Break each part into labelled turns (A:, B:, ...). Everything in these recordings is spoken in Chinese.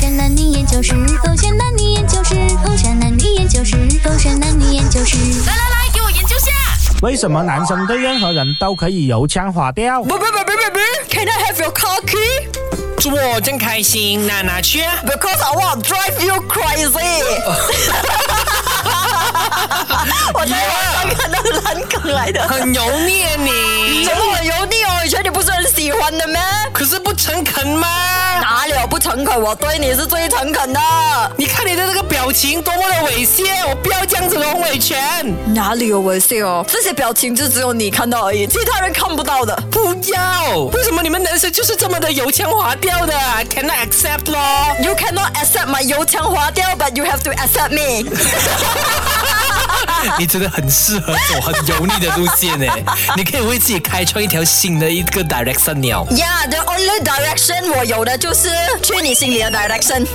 A: 山男女研究室，风扇男女研究室，风扇男女研究室，风扇男女研究室。
B: 来来来，给我研究下。
C: 为什么男生对任何人都可以油腔滑调？
D: 不不不不不不，Can I have your car key?
E: 祝我真开心，娜娜去啊！
D: Because I want to drive you crazy 我才刚看到烂梗来的，
E: 很油腻啊你
D: 怎，么很油腻哦？以前你不是很喜欢的咩？
E: 可是不诚恳吗？
D: 哪里有不诚恳？我对你是最诚恳的。
E: 你看你的这个表情多么的猥亵，我不要这样子的红尾拳。
D: 哪里有猥亵哦？这些表情就只有你看到而已，其他人看不到的。
E: 不要！为什么你们男生就是这么的油腔滑调的？Cannot accept 咯。
D: You cannot accept my 油腔滑调，but you have to accept me。
E: 你真的很适合走很油腻的路线呢，欸你可以为自己开创一条新的一个 direction 鸟。
D: Yeah，the only direction 我有的就是去你心里的 direction。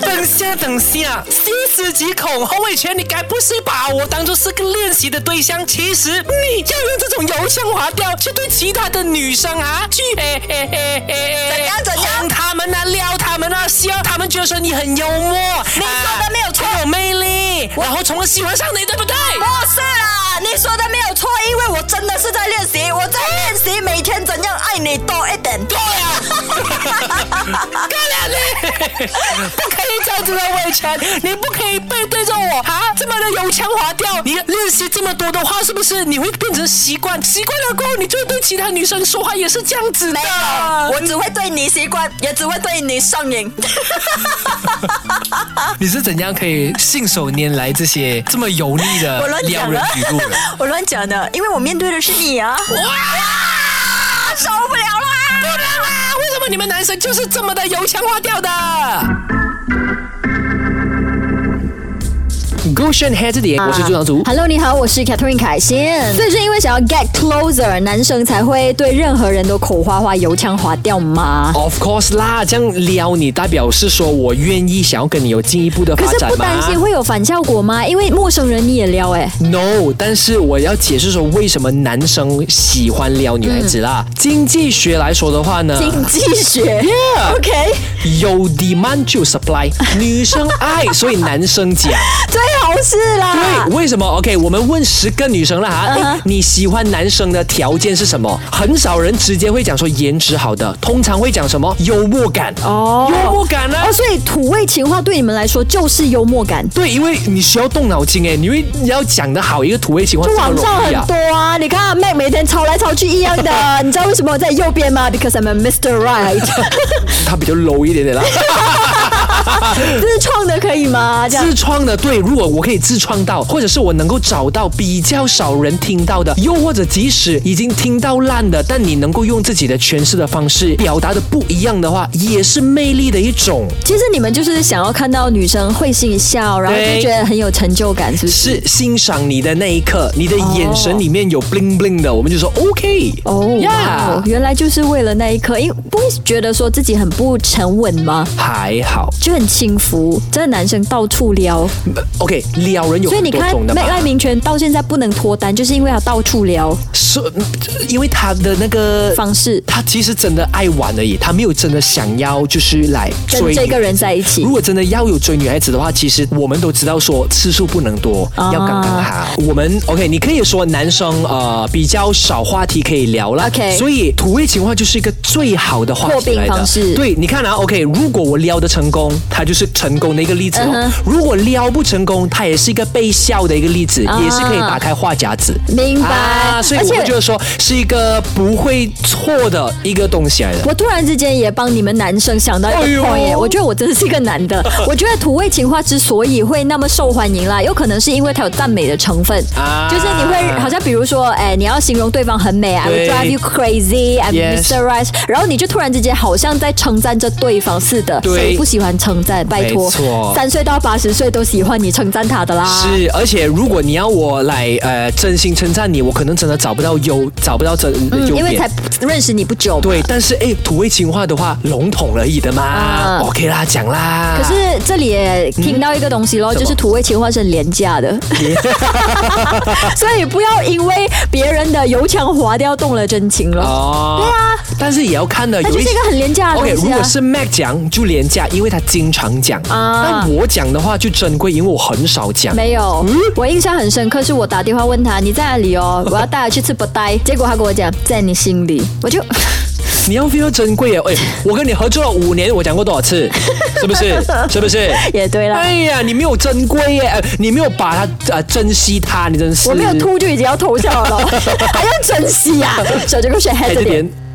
E: 等下，等下，细思极恐，后卫拳，你该不是把我当做是个练习的对象？其实你要用这种油腔滑调去对其他的女生啊，去诶诶诶诶
D: 怎样怎样
E: 哄他们啊，撩他们啊，笑他们，觉得说你很幽默，你
D: 说的没有错
E: 很有魅力，然后从而喜欢上你，对不对？
D: 不是啦，你说的没有错，因为我真的是在练习，我在练习每天怎样爱你多一点。对啊，
E: 不可以这样子的维权，你不可以背对着我啊，这么的油腔滑调。你练习这么多的话，是不是你会变成习惯？习惯了过后，你就对其他女生说话也是这样子的
D: 没。
E: 啊
D: 有，我只会对你习惯，也只会对你上瘾。
E: 你是怎样可以信手拈来这些这么油腻的
D: 我乱讲
E: 撩
D: 的
E: 人语录 的？
D: 我乱讲的，因为我面对的是你啊。哇，受不了啦！
E: 不能啦！为什么你们男生就是这么的油腔滑调的？勾选 head 这里，
F: 啊
E: 我是朱长竹。
F: Hello，你好，我是 Catherine 凯欣。所以是因为想要 get closer，男生才会对任何人都口花花、油腔滑调吗？
E: Of course 啦，这样撩你，代表是说我愿意想要跟你有进一步的
F: 可
E: 发
F: 是
E: 展
F: 不
E: 吗
F: 担心会有反效果吗？因为陌生人你也撩哎、
E: No，但是我要解释说为什么男生喜欢撩女孩子啦。经济学来说的话呢，
F: 嗯经济 学
E: Yeah
F: ，OK，
E: 有 demand 就 supply，女生爱，所以男生讲。
F: 最好是啦
E: 对，。为什么？OK，我们问十个女生了哈、
F: 啊嗯哼
E: 诶你喜欢男生的条件是什么？很少人直接会讲说颜值好的，通常会讲什么幽默感
F: 哦
E: 幽默感呢、啊
F: 哦，所以土味情话对你们来说就是幽默感，
E: 对，因为你需要动脑筋哎，你会你要讲得好一个土味情话
F: 就
E: 这么
F: 网
E: 容
F: 上
E: 易
F: 很
E: 啊
F: 多。啊。你看 Mac 每天抄来抄去一样的，你知道为什么我在右边吗？Because I'm a Mr. Right，
E: 他比较 low 一点点啦，
F: 自创的可以吗？这样
E: 自创的对，如果我可以自创到，或者是我能够找到比较少人听到的，又或者即使已经听到烂的，但你能够用自己的诠释的方式表达的不一样的话，也是魅力的一种。
F: 其实你们就是想要看到女生会心一笑，然后
E: 对
F: 就觉得很有成就感，是不是？
E: 是欣赏你的那一刻，你的眼神里面有 bling bling 的，我们就说 OK
F: 哦，哇哦
E: 呀，
F: 原来就是为了那一刻，因为不会觉得说自己很不沉稳吗？
E: 还好。
F: 就很轻浮，这个男生到处撩，
E: OK，撩人有
F: 所以
E: 很
F: 你
E: 多
F: 看
E: 种的嘛
F: 麦。赖明权到现在不能脱单，就是因为他到处撩
E: 是，因为他的那个
F: 方式
E: 他其实真的爱玩而已，他没有真的想要就是来
F: 跟
E: 追
F: 这个
E: 你。
F: 人在一起
E: 如。果真的要有追女孩子的话，其实我们都知道说次数不能多，
F: 啊
E: 要刚刚好。我们 OK，你可以说男生呃比较少话题可以聊啦
F: OK
E: 所以土味情话就是一个最好的话
F: 破
E: 题
F: 冰
E: 来的
F: 方。式
E: 对，你看啊，OK，如果我撩的成功，它就是成功的一个例子、哦
F: 嗯哼
E: 如果撩不成功，它也是一个被笑的一个例子，
F: 啊
E: 也是可以打开话匣子。
F: 明白
E: 啊，所以
F: 而
E: 我
F: 且
E: 会觉得说是一个不会错的一个东西来的。
F: 我突然之间也帮你们男生想到一个
E: 哎呦
F: point，、耶我觉得我真的是一个男 的。我觉得土味情话之所以会那么受欢迎啦，有可能是因为它有赞美的成分，
E: 啊
F: 就是你会好像比如说，哎，你要形容对方很美，I will
E: 对
F: drive you crazy，I'm
E: Yes
F: Mr. Right，然后你就突然之间好像在称赞着对方似的，
E: 对
F: 谁不喜欢称赞赞，拜托
E: 没错，
F: 三岁到八十岁都喜欢你称赞他的啦。
E: 是，而且如果你要我来呃真心称赞你，我可能真的找不到优，找不到真
F: 嗯，
E: 优
F: 因为才
E: 点。
F: 认识你不久嘛。
E: 对，但是哎，土味情话的话，笼统而已的嘛、
F: 啊
E: o k 啦，讲啦。
F: 可是这里也听到一个东西
E: 嗯
F: 咯，就是土味情话是廉价 的，所以不要因为别人的油腔滑调动了真情咯。
E: 哦，对啊，但是也要看的，
F: 那
E: 有
F: 就是一个很廉价的
E: OK，
F: 东
E: 如
F: 西
E: 果
F: 啊。
E: 是 Mac 讲就廉价，因为他经常讲。
F: 啊
E: 但我讲的话就珍贵，因为我很少讲。
F: 没有，
E: 嗯
F: 我印象很深刻，是我打电话问他你在哪里哦，我要带他去吃不呆，结果他跟我讲在你心里，我就
E: 你要 feel 珍贵耶！哎，我跟你合作了五年，我讲过多少次？是 不是？是不是？
F: 也对啦，
E: 哎呀，你没有珍贵耶！呃你没有把它呃珍惜它，你真是。
F: 哎我没有。秃就已经要偷笑了，还要珍惜呀、啊，小杰哥选黑着
E: 哎，这
F: 点
E: 边。